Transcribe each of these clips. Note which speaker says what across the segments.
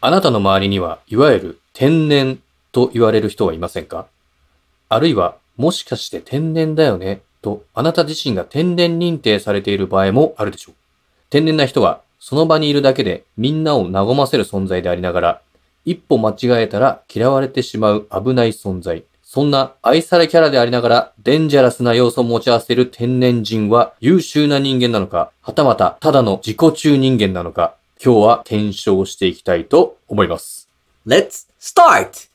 Speaker 1: あなたの周りには、いわゆる天然と言われる人はいませんかあるいは、もしかして天然だよねと、あなた自身が天然認定されている場合もあるでしょう。天然な人は、その場にいるだけでみんなを和ませる存在でありながら、一歩間違えたら嫌われてしまう危ない存在。そんな愛されキャラでありながら、デンジャラスな要素を持ち合わせる天然人は優秀な人間なのか、はたまたただの自己中人間なのか、今日は検証していきたいと思います。
Speaker 2: Let's start!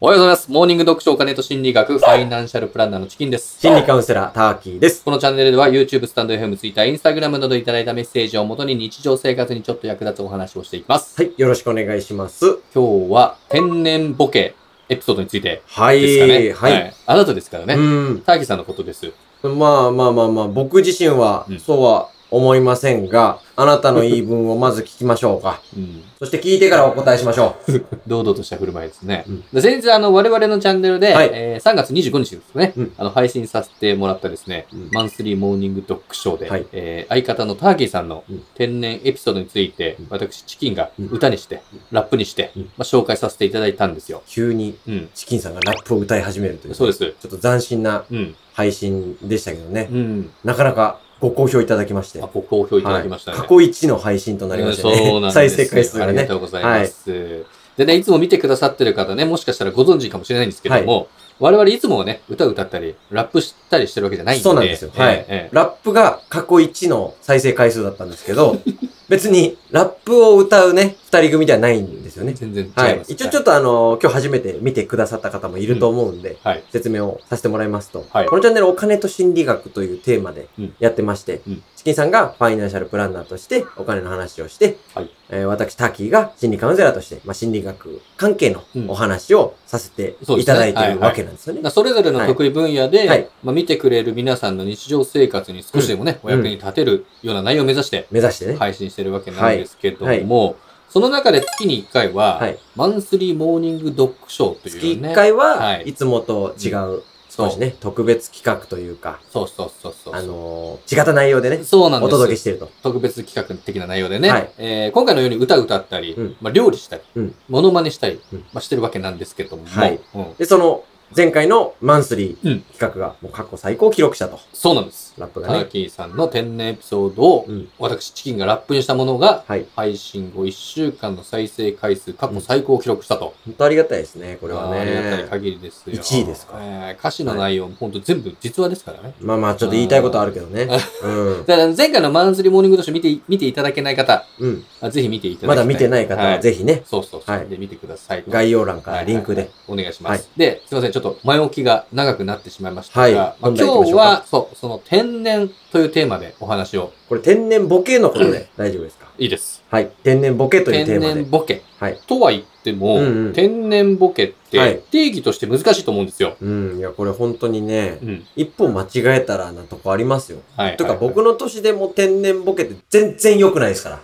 Speaker 1: おはようございます。モーニング読書お金と心理学、ファイナンシャルプランナーのチキンです。
Speaker 2: 心理カウンセラー、ターキーです。
Speaker 1: このチャンネルでは YouTube、スタンド FM、Twitter、Instagram などいただいたメッセージをもとに日常生活にちょっと役立つお話をしていきます。
Speaker 2: はい、よろしくお願いします。
Speaker 1: 今日は天然ボケエピソードについて
Speaker 2: は
Speaker 1: ですかね。
Speaker 2: い、はい。
Speaker 1: あなたですからね。
Speaker 2: うん。
Speaker 1: ターキさんのことです。
Speaker 2: まあまあまあまあ、僕自身は
Speaker 1: うん
Speaker 2: そうは思いませんが、あなたの言い分をまず聞きましょうか。
Speaker 1: うん。
Speaker 2: そして聞いてからお答えしましょう。
Speaker 1: 堂々とした振る舞いですね。
Speaker 2: うん
Speaker 1: で先日、あの、我々のチャンネルで、
Speaker 2: はい
Speaker 1: えー3月25日ですね、
Speaker 2: うん
Speaker 1: あの、配信させてもらったですね、
Speaker 2: うん
Speaker 1: マンスリーモーニングドッグショーで、
Speaker 2: はい
Speaker 1: えー相方のターキーさんの
Speaker 2: うん
Speaker 1: 天然エピソードについて、
Speaker 2: うん
Speaker 1: 私、チキンが
Speaker 2: うん
Speaker 1: 歌にして、ラップにして、
Speaker 2: うん
Speaker 1: まあ、紹介させていただいたんですよ。
Speaker 2: 急に
Speaker 1: うん。
Speaker 2: チキンさんがラップを歌い始めるという。
Speaker 1: そうです。
Speaker 2: ちょっと斬新な
Speaker 1: うん。
Speaker 2: 配信でしたけどね。
Speaker 1: うん。
Speaker 2: なかなかご好評いただきまして。
Speaker 1: あ、ご好評いただきましたね。
Speaker 2: はい過去一の配信となりましたね。
Speaker 1: うんそうなんです。
Speaker 2: 再生回数が
Speaker 1: あり
Speaker 2: ね
Speaker 1: が。とうございます。でね、いつも見てくださってる方ね、もしかしたらご存知かもしれないんですけども、我々いつもはね、歌を歌ったり、ラップしたりしてるわけじゃないんで。
Speaker 2: そうなんですよ
Speaker 1: ええ
Speaker 2: は
Speaker 1: え
Speaker 2: い
Speaker 1: え
Speaker 2: ラップが過去一の再生回数だったんですけど、 別にラップを歌うね、二人組ではないんですよね。
Speaker 1: 全然違います。
Speaker 2: はい。一応ちょっとあの今日初めて見てくださった方もいると思うんで、
Speaker 1: はい。
Speaker 2: 説明をさせてもらいますと、
Speaker 1: はい
Speaker 2: このチャンネルお金と心理学というテーマで
Speaker 1: うん
Speaker 2: やってまして、
Speaker 1: うん
Speaker 2: チキンさんがファイナンシャルプランナーとしてお金の話をして、
Speaker 1: はい
Speaker 2: えー私タキーが心理カウンセラーとして、まあ、心理学関係の
Speaker 1: うん
Speaker 2: お話をさせて
Speaker 1: そうで
Speaker 2: い
Speaker 1: すね
Speaker 2: ただいて
Speaker 1: はいい
Speaker 2: る
Speaker 1: はい
Speaker 2: わけなんですよね。
Speaker 1: だからそれぞれの得意分野で、
Speaker 2: はい
Speaker 1: まあ、見てくれる皆さんの日常生活に少しでもね、
Speaker 2: うん
Speaker 1: お役に立てるような内容を目指して
Speaker 2: 目指してね。
Speaker 1: 配信してるわけなんですけども、
Speaker 2: はい
Speaker 1: その中で月に1回は、
Speaker 2: はい
Speaker 1: マンスリーモーニングドッグショーという
Speaker 2: 月
Speaker 1: ね。
Speaker 2: 1回は、
Speaker 1: はい
Speaker 2: い、つもと違う、
Speaker 1: そ
Speaker 2: 少
Speaker 1: う
Speaker 2: しね、特別企画というか、
Speaker 1: そうそうそうそう。
Speaker 2: あのー違った内容でね、
Speaker 1: そうなんで
Speaker 2: お
Speaker 1: す。
Speaker 2: 届けしてると。
Speaker 1: 特別企画的な内容でね、
Speaker 2: はい
Speaker 1: えー今回のように歌歌ったり、
Speaker 2: うん
Speaker 1: まあ、料理したり、
Speaker 2: うん
Speaker 1: モノマネしたり、
Speaker 2: うん
Speaker 1: まあ、してるわけなんですけども、
Speaker 2: はい
Speaker 1: うん
Speaker 2: で、その、前回のマンスリ
Speaker 1: うん
Speaker 2: ー企画が、もう過去最高記録したと。
Speaker 1: そうなんです。
Speaker 2: ラップ
Speaker 1: タ
Speaker 2: がね
Speaker 1: ー。キーさんの天然エピソードを、
Speaker 2: うん。
Speaker 1: 私、チキンがラップにしたものが、
Speaker 2: はい。
Speaker 1: 配信後1週間の再生回数、過去最高を記録したと。
Speaker 2: 本当ありがたいですね、これは
Speaker 1: ありがたい
Speaker 2: ね。
Speaker 1: 限りですよ。
Speaker 2: 一位ですか
Speaker 1: えー歌詞の内容も本当全部実話ですからね。
Speaker 2: まあまあ、ちょっと言いたいことあるけどね。うん。
Speaker 1: だから前回のマンスリーモーニングドッシュ見て、見ていただけない方、
Speaker 2: うん。
Speaker 1: あぜひ見ていただきたい。
Speaker 2: まだ見てない方
Speaker 1: は
Speaker 2: は、ぜひね、
Speaker 1: そうそうそう。
Speaker 2: はい
Speaker 1: で、見てくださいと。
Speaker 2: 概要欄からリンク
Speaker 1: は
Speaker 2: で
Speaker 1: い。はいはいお願いします、
Speaker 2: はい
Speaker 1: で、すいません。ちょっと前置きが長くなってしまいましたが、
Speaker 2: はい
Speaker 1: まあ今
Speaker 2: 本題行きま
Speaker 1: 日
Speaker 2: しょうか
Speaker 1: は、そう、その天然というテーマでお話を。
Speaker 2: これ、天然ボケのことで大丈夫ですか
Speaker 1: いいです。
Speaker 2: はい。天然ボケという
Speaker 1: 天
Speaker 2: テーマで
Speaker 1: 然。ボケ。
Speaker 2: はい
Speaker 1: とは言っても、
Speaker 2: うんうん
Speaker 1: 天然ボケっ
Speaker 2: は
Speaker 1: て
Speaker 2: い
Speaker 1: 定義として難しいと思うんですよ。
Speaker 2: うん。いや、これ本当にね、
Speaker 1: うん。
Speaker 2: 一歩間違えたらなとこありますよ。
Speaker 1: はい。
Speaker 2: とか
Speaker 1: はいはい
Speaker 2: 僕の年でも天然ボケって全然良くな いですから。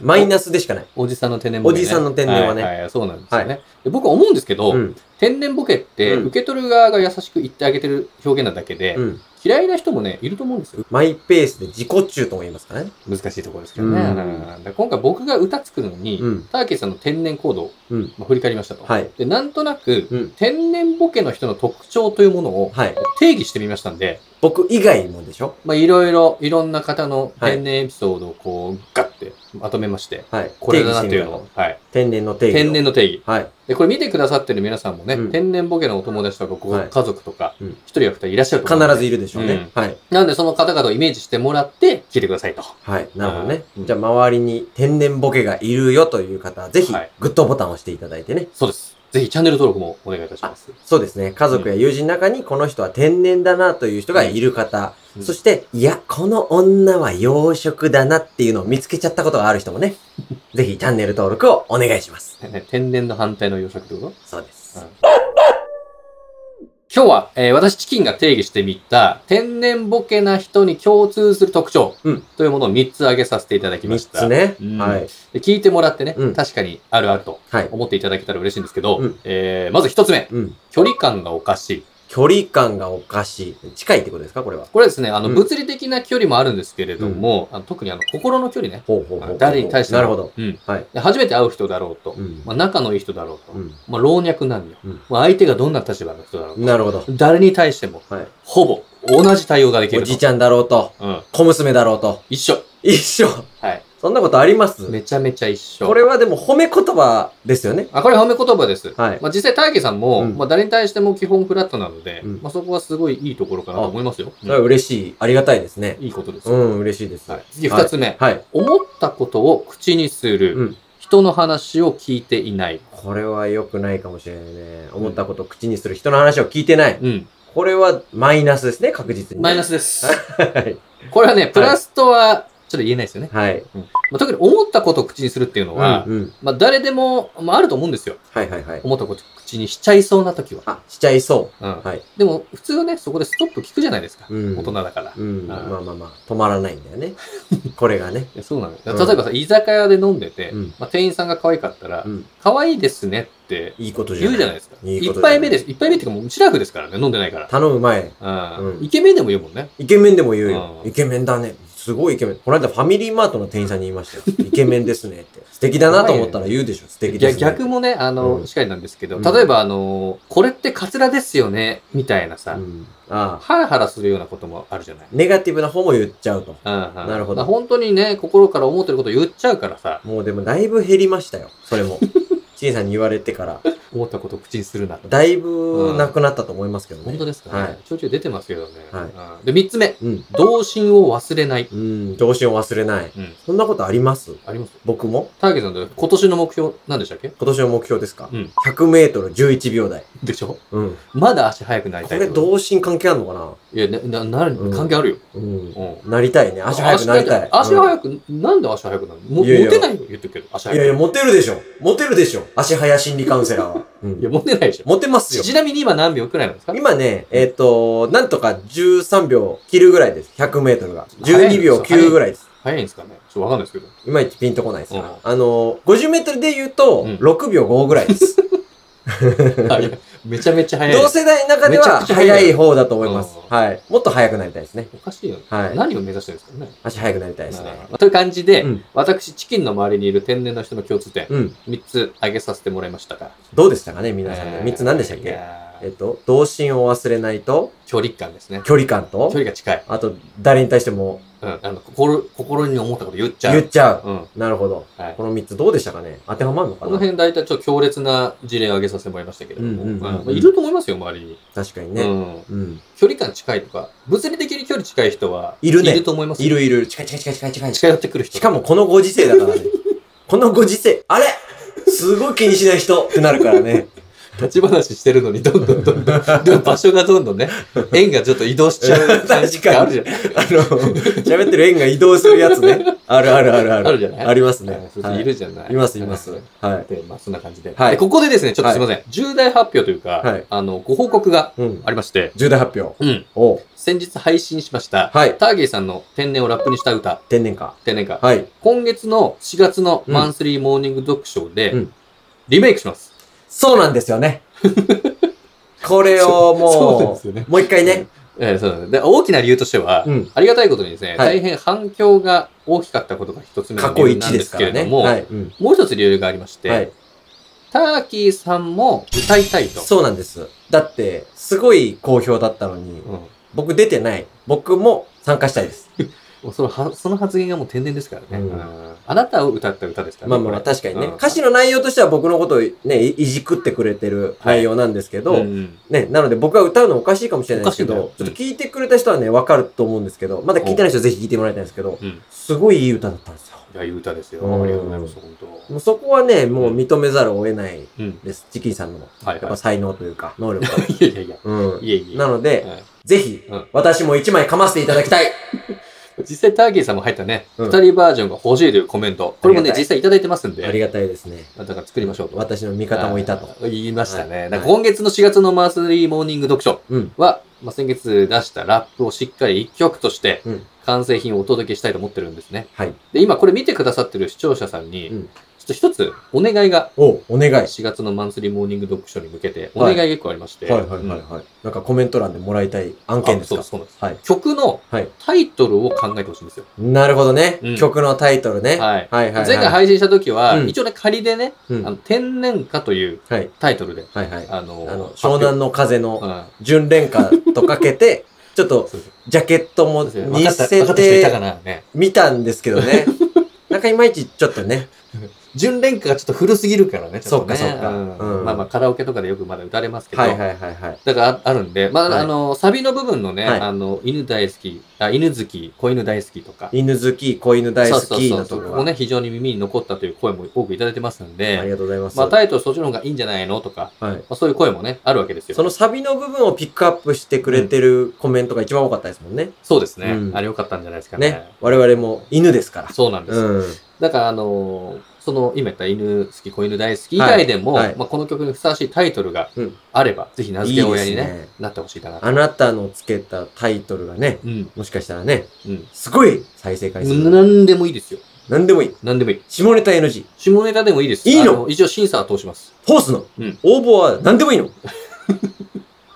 Speaker 2: マイナスでしかない。
Speaker 1: おじさんの天然ボケ、ね。
Speaker 2: おじさんの天然はね
Speaker 1: いいいそうなんですよね。で僕は思うんですけど、
Speaker 2: うん。
Speaker 1: 天然ボケって、
Speaker 2: うん
Speaker 1: 受け取る側が優しく言ってあげてる表現なだけで、
Speaker 2: うん。
Speaker 1: 嫌いな人もね、いると思うんですよ。
Speaker 2: マイペースで自己中とも言いますからね。
Speaker 1: 難しいところですけどね。
Speaker 2: うん
Speaker 1: だから今回僕が歌作るのに、
Speaker 2: うん。
Speaker 1: ターキーさんの天然行動、
Speaker 2: うん。
Speaker 1: まあ振り返りましたと。
Speaker 2: はい。
Speaker 1: で、なんとなく、
Speaker 2: うん。
Speaker 1: 天然ボケの人の特徴というものを
Speaker 2: はい。
Speaker 1: 定義してみましたんで、
Speaker 2: 僕以外もでしょ
Speaker 1: まあ、いろいろ、いろんな方の
Speaker 2: はい
Speaker 1: 天然エピソードをこう、ガッてまとめまして、
Speaker 2: はい。
Speaker 1: これだなっていう
Speaker 2: 定義してみた
Speaker 1: の
Speaker 2: ら
Speaker 1: を、はい。
Speaker 2: 天然の定義を。
Speaker 1: 天然の定義。
Speaker 2: はい。
Speaker 1: で、これ見てくださってる皆さんもね、
Speaker 2: うん
Speaker 1: 天然ボケのお友達とかご
Speaker 2: はい
Speaker 1: 家族とか
Speaker 2: うん、
Speaker 1: 一人や二人いらっしゃると思う。
Speaker 2: 必ずいるでしょうね。はい。
Speaker 1: ず。なんで、その方々をイメージしてもらって、聞いてくださいと。
Speaker 2: はい。なるほどね
Speaker 1: うん。
Speaker 2: じゃあ、周りに天然ボケがいるよという方は、ぜひ
Speaker 1: はい、
Speaker 2: グッドボタンを押していただいてね。
Speaker 1: そうです。ぜひチャンネル登録もお願いいたします。
Speaker 2: そうですね。家族や友人の中に、この人は天然だなという人がいる方、
Speaker 1: うん
Speaker 2: そして、いや、この女は養殖だなっていうのを見つけちゃったことがある人 もね、ぜひチャンネル登録をお願いします。
Speaker 1: ね天然の反対の養殖ってこと
Speaker 2: そうです。
Speaker 1: 今日は、えー私チキンが定義してみた天然ボケな人に共通する特徴
Speaker 2: うん
Speaker 1: というものを3つ挙げさせていただきま
Speaker 2: 三
Speaker 1: した。
Speaker 2: つね、
Speaker 1: うん
Speaker 2: はい。
Speaker 1: で聞いてもらってね、
Speaker 2: うん
Speaker 1: 確かにあるあると
Speaker 2: はい。
Speaker 1: 思っていただけたら嬉しいんですけど、
Speaker 2: うん
Speaker 1: えーまず1つ目、
Speaker 2: うん。
Speaker 1: 距離感がおかしい。
Speaker 2: 距離感がおかしい。近いってことですかこれは。
Speaker 1: これはですね、あの、
Speaker 2: うん
Speaker 1: 物理的な距離もあるんですけれども、あの特にあの、心の距離ね。
Speaker 2: ほうほうほう。
Speaker 1: 誰に対しても
Speaker 2: なるほど。
Speaker 1: うん。
Speaker 2: はい。
Speaker 1: で初めて会う人だろうと
Speaker 2: う。ん。
Speaker 1: まあ、仲のいい人だろうと。
Speaker 2: うん
Speaker 1: まあ、老若男女。
Speaker 2: うん
Speaker 1: まあ、相手がどんな立場の人だろう
Speaker 2: なるほど。
Speaker 1: と。誰に対しても、
Speaker 2: はい。
Speaker 1: ほぼ、同じ対応ができる
Speaker 2: お
Speaker 1: と。
Speaker 2: じいちゃんだろうと、
Speaker 1: うん。
Speaker 2: 小娘だろうと。
Speaker 1: 一緒。
Speaker 2: 一緒。
Speaker 1: はい。
Speaker 2: そんなことあります
Speaker 1: めちゃめちゃ一緒。
Speaker 2: これはでも褒め言葉ですよね。
Speaker 1: あ、これ褒め言葉です。
Speaker 2: はい。
Speaker 1: まあ、実際、大義さんも、
Speaker 2: うん
Speaker 1: まあ、誰に対しても基本フラットなので、
Speaker 2: うん
Speaker 1: まあ、そこはすごいいいところかなと思いますよ。
Speaker 2: それは嬉しい。ありがたいですね
Speaker 1: う。んいいことです。
Speaker 2: うん、嬉しいです。
Speaker 1: はい、次、二つ目、
Speaker 2: はい。
Speaker 1: 思ったことを口にする。
Speaker 2: うん
Speaker 1: 人の話を聞いていない。
Speaker 2: これは良くないかもしれないね。思ったことを口にする人の話を聞いてない。
Speaker 1: うん。
Speaker 2: これはマイナスですね、確実に。
Speaker 1: マイナ
Speaker 2: ス。
Speaker 1: スです。
Speaker 2: はい。
Speaker 1: これはね、プラスとは、ちょっと言えないですよね。
Speaker 2: はい。
Speaker 1: まあ、特に思ったことを口にするっていうのは、
Speaker 2: うんうん。
Speaker 1: まあ、誰でも、まあ、あると思うんですよ。
Speaker 2: はいはいはい。
Speaker 1: 思ったことを口にしちゃいそうな時は。
Speaker 2: あ、しちゃいそ
Speaker 1: うん。
Speaker 2: はい
Speaker 1: でも、普通はね、そこでストップ聞くじゃないですか。
Speaker 2: う。うん。
Speaker 1: 大人だから。い
Speaker 2: うん。
Speaker 1: あ
Speaker 2: まあ
Speaker 1: ー
Speaker 2: まあまあ、止まらないんだよね。これがね。
Speaker 1: やそうなのよ。
Speaker 2: うん
Speaker 1: 例えばさ、居酒屋で飲んでて、
Speaker 2: うん
Speaker 1: まあ、店員さんが可愛かったら、
Speaker 2: うん。
Speaker 1: 可愛いですねって
Speaker 2: いいことじゃ
Speaker 1: 言う
Speaker 2: ない。
Speaker 1: じゃないですか。
Speaker 2: いいこ
Speaker 1: 一
Speaker 2: とじゃない
Speaker 1: 杯目です。一杯目っていうかもう、シラフですからね、飲んでないから。
Speaker 2: 頼む前、
Speaker 1: うん
Speaker 2: うん
Speaker 1: イケメンでも言うもんね。
Speaker 2: イケメンでも言うよ。
Speaker 1: うん
Speaker 2: イケメンだね。すごいイケメン。この間ファミリーマートの店員さんに言いましたよ。イケメンですねって。素敵だなと思ったら言うでしょ。素敵
Speaker 1: いや
Speaker 2: ですね。
Speaker 1: 逆もね、あの、
Speaker 2: うん
Speaker 1: しかりなんですけど、
Speaker 2: うん
Speaker 1: 例えばあの、これってカツラですよね、みたいなさ、
Speaker 2: うん。ああ。
Speaker 1: ハラハラするようなこともあるじゃない。
Speaker 2: ネガティブな方も言っちゃうと。
Speaker 1: うんうん
Speaker 2: なるほど
Speaker 1: だから本当にね、心から思ってることを言っちゃうからさ、
Speaker 2: もうでもだいぶ減りましたよ。そ れも。ちいさんに言われてから。
Speaker 1: 思ったことを口にするなと。
Speaker 2: だいぶなくなったと思いますけどね。
Speaker 1: 本当ですか、
Speaker 2: は
Speaker 1: ね
Speaker 2: い。
Speaker 1: ちょいちょい出てますけどね。
Speaker 2: は
Speaker 1: うんで、三つ目。
Speaker 2: うん。
Speaker 1: 童心を忘れない。
Speaker 2: うん。童心を忘れない。
Speaker 1: うん。
Speaker 2: そんなことあります
Speaker 1: あります
Speaker 2: 僕も
Speaker 1: ターゲさんと今年の目標何でしたっけ
Speaker 2: 今年の目標ですか、
Speaker 1: うん
Speaker 2: ?100 メートル11秒台。
Speaker 1: でしょ
Speaker 2: うん。
Speaker 1: まだ足速くなり
Speaker 2: こ
Speaker 1: たいって
Speaker 2: れ
Speaker 1: こ
Speaker 2: 童心関係あるのか
Speaker 1: いや、な、な、なる
Speaker 2: うん
Speaker 1: 関係あるよ。
Speaker 2: なうん。
Speaker 1: うん。
Speaker 2: なりたいね。足速くなりたい。
Speaker 1: 足
Speaker 2: うん
Speaker 1: 速く、なんで足速くなるのもモ
Speaker 2: いやいや
Speaker 1: テないよ、言ってるけど。足速く。
Speaker 2: いやいや、モテるでしょ。モテるでしょ。足早心理カウンセラーは。うん
Speaker 1: いや、モテないでしょ。
Speaker 2: モテますよ。
Speaker 1: ちなみに今何秒くらいなんですか
Speaker 2: 今ね、えっ、と、なんとか13秒切るぐらいです。100メートルが。12秒
Speaker 1: 早い
Speaker 2: 9ぐらいです。
Speaker 1: 早いんですかねちょっとわかんないですけど。
Speaker 2: いまいちピンとこないです
Speaker 1: うん
Speaker 2: が。あの、50メートルで言うと、
Speaker 1: うん
Speaker 2: 6秒5ぐらいです。
Speaker 1: あいやめちゃめちゃ早い。
Speaker 2: 同世代の中で
Speaker 1: めちゃ
Speaker 2: は
Speaker 1: くちゃ早い
Speaker 2: 早い方だと思いま
Speaker 1: う
Speaker 2: す。
Speaker 1: ん
Speaker 2: はい。もっと早くなりたいですね。
Speaker 1: おかしいよね。
Speaker 2: はい
Speaker 1: 何を目指してるんですかね
Speaker 2: 足早くなりたいですね。
Speaker 1: まあという感じで、
Speaker 2: うん
Speaker 1: 私、チキンの周りにいる天然の人の共通点、
Speaker 2: うん。
Speaker 1: 3つ挙げさせてもらいましたが。
Speaker 2: どうでしたかね、皆さん。3つ何でしたっ
Speaker 1: い
Speaker 2: け
Speaker 1: やー
Speaker 2: えっと、童心を忘れないと、
Speaker 1: 距離感ですね。
Speaker 2: 距離感と
Speaker 1: 距、離が近い。
Speaker 2: あと、誰に対しても
Speaker 1: うん。あの、心、心に思ったこと言っちゃ
Speaker 2: 言っ
Speaker 1: う。
Speaker 2: ちゃう。
Speaker 1: うん。
Speaker 2: なるほど。
Speaker 1: はい
Speaker 2: こ。の3つどうでしたかね当てはまるのか
Speaker 1: こ
Speaker 2: な
Speaker 1: の辺大体ちょっと強烈な事例を挙げさせてもらいましたけれども、
Speaker 2: うんうんうんうん
Speaker 1: まあいると思いますよ、周りに。
Speaker 2: 確かに
Speaker 1: う
Speaker 2: ね。
Speaker 1: ん。
Speaker 2: うん。
Speaker 1: 距離感近いとか、物理的に距離近い人は、
Speaker 2: いるね
Speaker 1: いると思いますよ
Speaker 2: いるいる。近い近い近い近い近い。
Speaker 1: 近寄ってくる人。
Speaker 2: しかもこのご時世だからね。このご時世、あれすごい気にしない人ってなるからね。
Speaker 1: 立ち話してるのに、どんどんどんどん、で も場所がどんどんね、縁がちょっと移動しちゃう感じがあるじゃん。
Speaker 2: あの、喋ってる縁が移動するやつね。あるあるあるある。
Speaker 1: あるじゃない
Speaker 2: あります
Speaker 1: ね
Speaker 2: ね。
Speaker 1: そう
Speaker 2: はい
Speaker 1: いるじゃない。
Speaker 2: いますいます
Speaker 1: はい。
Speaker 2: はい。
Speaker 1: で、まあそんな感じで。
Speaker 2: はい
Speaker 1: でここでですね、ちょっとすいません。重大発表というか、
Speaker 2: はい
Speaker 1: あの、ご報告が
Speaker 2: うん。
Speaker 1: ありまして、
Speaker 2: 重大発表。
Speaker 1: うん。
Speaker 2: おう
Speaker 1: 先日配信しました、
Speaker 2: はい。
Speaker 1: ターゲイさんの天然をラップにした歌、
Speaker 2: 天然か。
Speaker 1: 天然か。
Speaker 2: はい。
Speaker 1: 今月の4月のマンスリーモーニング読書で、
Speaker 2: うん
Speaker 1: リメイクします。
Speaker 2: そうなんですよね。これを
Speaker 1: そうなんで
Speaker 2: も
Speaker 1: すよね
Speaker 2: う、もう一回ね。
Speaker 1: えーそうなんですで、大きな理由としては、
Speaker 2: うん。
Speaker 1: ありがたいことにですね、
Speaker 2: はい
Speaker 1: 大変反響が大きかったことが一つ目
Speaker 2: 過
Speaker 1: の
Speaker 2: 去
Speaker 1: 理由な
Speaker 2: 1
Speaker 1: んで
Speaker 2: です
Speaker 1: す
Speaker 2: か
Speaker 1: け
Speaker 2: ら
Speaker 1: れど
Speaker 2: ね。
Speaker 1: も、
Speaker 2: はい。うん
Speaker 1: もう一つ理由がありまして、
Speaker 2: はい。
Speaker 1: ターキーさんも歌いたいと。
Speaker 2: そうなんです。だって、すごい好評だったのに、
Speaker 1: うん
Speaker 2: 僕出てない。僕も参加したいです。
Speaker 1: もうそのはその発言がもう天然ですからね、
Speaker 2: うん
Speaker 1: うんあなたを歌った歌ですからね。
Speaker 2: まあまあ
Speaker 1: これ
Speaker 2: 確かにね
Speaker 1: うん。
Speaker 2: 歌詞の内容としては僕のことをね、いいじくってくれてる内容なんですけど、
Speaker 1: うん
Speaker 2: ね、なので僕は歌うのおかしいかもしれないですけ
Speaker 1: おか
Speaker 2: ど
Speaker 1: し、い
Speaker 2: ち
Speaker 1: ね
Speaker 2: ょっと聞いてくれた人はね、わかると思うんですけど、まだ聞いてない人はぜひ聞いてもらいたいんですけど、
Speaker 1: うん。い
Speaker 2: すごいいい歌だったんですよ。
Speaker 1: や、いい歌ですよ。
Speaker 2: うん
Speaker 1: ありがとうございます、本当。
Speaker 2: もうそこはね、もう認めざるを得ない
Speaker 1: うん。
Speaker 2: です。チキンさんの、や
Speaker 1: はい
Speaker 2: っ
Speaker 1: は
Speaker 2: ぱ才能というか、 能力が。
Speaker 1: い。いやいやいや。
Speaker 2: うん。
Speaker 1: いえいえ。
Speaker 2: なので、
Speaker 1: はい
Speaker 2: ぜひ
Speaker 1: うん、
Speaker 2: 私も一枚かませていただきたい。
Speaker 1: 実際ターキーさんも入ったね、
Speaker 2: う
Speaker 1: 二、
Speaker 2: ん
Speaker 1: 人バージョンが欲しいというコメント。これも
Speaker 2: あり
Speaker 1: ね、
Speaker 2: がたい
Speaker 1: 実際いただいてますん
Speaker 2: あり
Speaker 1: で、
Speaker 2: がたいですね。
Speaker 1: だから作りましょうと。
Speaker 2: 私の味方もいたと。
Speaker 1: あー言いましたね。
Speaker 2: はい
Speaker 1: だから今月の4月のマースリーモーニング読書
Speaker 2: うん。
Speaker 1: は、まあ、先月出したラップをしっかり一曲として
Speaker 2: うん、
Speaker 1: 完成品をお届けしたいと思ってるんですね。
Speaker 2: はい。
Speaker 1: で、今これ見てくださってる視聴者さんに、
Speaker 2: うん
Speaker 1: 一と一つ、お願いが、
Speaker 2: おうお願い。
Speaker 1: 4月のマンスリーモーニング読書に向けて、お
Speaker 2: は
Speaker 1: 願
Speaker 2: い
Speaker 1: いが結構ありまして。
Speaker 2: はいはいはい
Speaker 1: うん
Speaker 2: はい。なんかコメント欄でもらいたい案件
Speaker 1: あ
Speaker 2: です
Speaker 1: そう
Speaker 2: か
Speaker 1: そうなんです。
Speaker 2: はい。
Speaker 1: 曲の
Speaker 2: はい。
Speaker 1: タイトルを考えてほしいんですよ。
Speaker 2: なるほどね
Speaker 1: うん。
Speaker 2: 曲のタイトルね。
Speaker 1: はい
Speaker 2: はいはいはい。
Speaker 1: 前回配信した時は、
Speaker 2: うん
Speaker 1: 一応ね、仮でね、
Speaker 2: う
Speaker 1: あ
Speaker 2: んは
Speaker 1: の
Speaker 2: い。
Speaker 1: 天然花という
Speaker 2: はい
Speaker 1: タイトルで、
Speaker 2: はい。あ
Speaker 1: あの、
Speaker 2: の、湘南の風
Speaker 1: 発
Speaker 2: の
Speaker 1: 表、うん
Speaker 2: 純恋歌とかけて、 ちょっと
Speaker 1: そうです
Speaker 2: ジャケットも
Speaker 1: そうです
Speaker 2: 似
Speaker 1: 分かった分か
Speaker 2: せ
Speaker 1: った人いたか
Speaker 2: て
Speaker 1: なね。
Speaker 2: みたんですけどね。なんかいまいちちょっと ね。
Speaker 1: 純恋歌がちょっと古すぎるからね、ちょっとね
Speaker 2: そうかそうか
Speaker 1: ん
Speaker 2: うん
Speaker 1: まあまあ、カラオケとかでよくまだ歌われますけど、
Speaker 2: はいはいはいはい。
Speaker 1: だからああるんで、まあ、
Speaker 2: はい
Speaker 1: あの、サビの部分のね、
Speaker 2: はい
Speaker 1: あの、犬大好き、あ犬好き、子犬大好きとか、
Speaker 2: 犬好き、子犬大好
Speaker 1: そうそう
Speaker 2: き
Speaker 1: そう
Speaker 2: のとこ
Speaker 1: そ
Speaker 2: ろ
Speaker 1: こをね、非常に耳に残ったという声も多くいただいてますん
Speaker 2: あり
Speaker 1: で、
Speaker 2: がとうございます。
Speaker 1: まあ、タイトルそっちの方がいいんじゃないのとか、
Speaker 2: はい。
Speaker 1: まあ、そういう声もね、あるわけですよ。
Speaker 2: そのサビの部分をピックアップしてくれてるコメントが一番多かったですもんね。
Speaker 1: そうですね。
Speaker 2: うん
Speaker 1: あれ良かったんじゃないですかね。
Speaker 2: ね。我々も犬ですから。
Speaker 1: そうなんです。
Speaker 2: うん。
Speaker 1: だから、あのーその、今言った犬好き、子犬大好き以外でも、
Speaker 2: はいはい
Speaker 1: まあ、この曲にふさわしいタイトルが
Speaker 2: うん
Speaker 1: あれば、ぜひ名付け親にね
Speaker 2: いいですね
Speaker 1: なってほしいかなと。
Speaker 2: あなたのつけたタイトルがね、
Speaker 1: うん、
Speaker 2: もしかしたらね、
Speaker 1: うん。
Speaker 2: すごい再生回数。
Speaker 1: 何でもいいですよ。
Speaker 2: 何でもいい。
Speaker 1: 何でもいい。
Speaker 2: 下ネタ NG。
Speaker 1: 下ネタでもいいです。
Speaker 2: いいの
Speaker 1: あ一応審査は通します。
Speaker 2: ホースの、
Speaker 1: うん
Speaker 2: 応募は何でもいいの。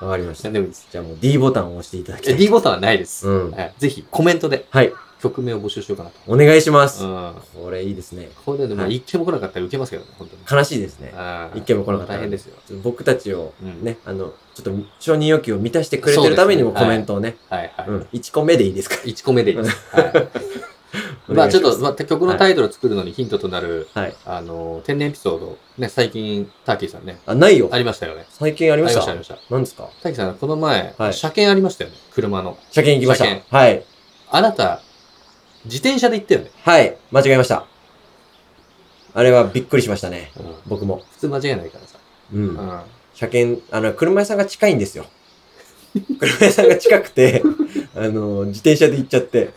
Speaker 2: わかりました。
Speaker 1: 何でもいいです。
Speaker 2: じゃあもう D ボタンを押していただき
Speaker 1: え
Speaker 2: たい。
Speaker 1: D ボタンはないです。
Speaker 2: うん。
Speaker 1: はいぜひコメントで
Speaker 2: はい。
Speaker 1: 曲名を募集しようかなと。
Speaker 2: お願いします。
Speaker 1: うん。
Speaker 2: これいいですね。
Speaker 1: これでも
Speaker 2: はい
Speaker 1: 一件も来なかったら受けますけどね、本当に。
Speaker 2: 悲しいですね。
Speaker 1: あー
Speaker 2: 一件も来なかったら
Speaker 1: 大変ですよ。
Speaker 2: 僕たちを
Speaker 1: うん
Speaker 2: ね、あの、ちょっと承認要求を満たしてくれてるためにも
Speaker 1: そうです
Speaker 2: コ
Speaker 1: ね
Speaker 2: メントをね、
Speaker 1: はいはい。
Speaker 2: うん、1個目でいいですか
Speaker 1: 1個目でいいです。 はい、
Speaker 2: ら。
Speaker 1: まあちょっ
Speaker 2: お願い
Speaker 1: と、
Speaker 2: し
Speaker 1: まあ、曲のタイトルを作るのにヒントとなる、
Speaker 2: ますはい。
Speaker 1: あの、天然エピソード、ね、最近、ターキーさんね、
Speaker 2: あ、ないよ
Speaker 1: あ。りましたよね。
Speaker 2: 最近ありまし
Speaker 1: あり
Speaker 2: た
Speaker 1: ました、ありまし
Speaker 2: 何ですか
Speaker 1: た。ターキーさん、この前、
Speaker 2: はい
Speaker 1: 車検ありましたよね、車の。
Speaker 2: 車検行きま
Speaker 1: 車
Speaker 2: した。はい。
Speaker 1: あなた、自転車で行ったよね。
Speaker 2: はい。間違えました。あれはびっくりしましたね。
Speaker 1: うん
Speaker 2: 僕も。
Speaker 1: 普通間違いないからさ。
Speaker 2: う。
Speaker 1: うんん。
Speaker 2: 車検、あの、車屋さんが近いんですよ。 車屋さんが近くて、 あの、自転車で行っちゃって、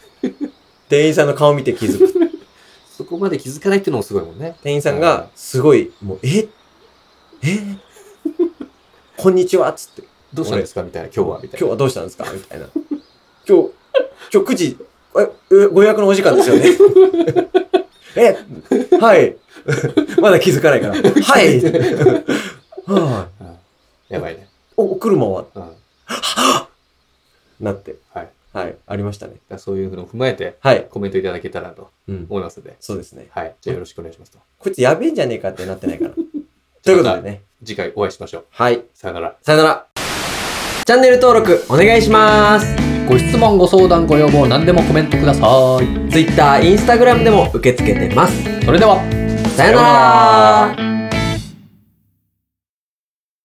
Speaker 2: 店員さんの顔見て気 づく。
Speaker 1: そこまで気づかないっていうのもすごいもんね。
Speaker 2: 店員さんが、すごい、もう、え えこんにちはっつって。
Speaker 1: どうしたんですかみたいな、今日は、みたい
Speaker 2: 今
Speaker 1: な。
Speaker 2: 日はどうしたんですかみたいな。今日、今日9時、え、えご予約のお時間ですよね。 え、はい。 まだ気づかないから。はい。はい。
Speaker 1: うんやばいね。
Speaker 2: お、お車は
Speaker 1: うん。だか
Speaker 2: なって。
Speaker 1: はい。
Speaker 2: はい。ありましたね。
Speaker 1: らそういうのを踏まえて、
Speaker 2: はい。
Speaker 1: コメントいただけたらと
Speaker 2: うん。
Speaker 1: 思いますので。
Speaker 2: そうですね。
Speaker 1: はい。じゃあよろしくお願いしますと。
Speaker 2: こいつやべえんじゃねえかってなってないから。ということでね。
Speaker 1: 次回お会いしましょう。
Speaker 2: はい。
Speaker 1: さよなら。
Speaker 2: さよなら。チャンネル登録お願いします。
Speaker 1: ご質問、ご相談、ご要望、何でもコメントください。
Speaker 2: Twitter、Instagram でも受け付けてます。
Speaker 1: それでは。
Speaker 2: さよなら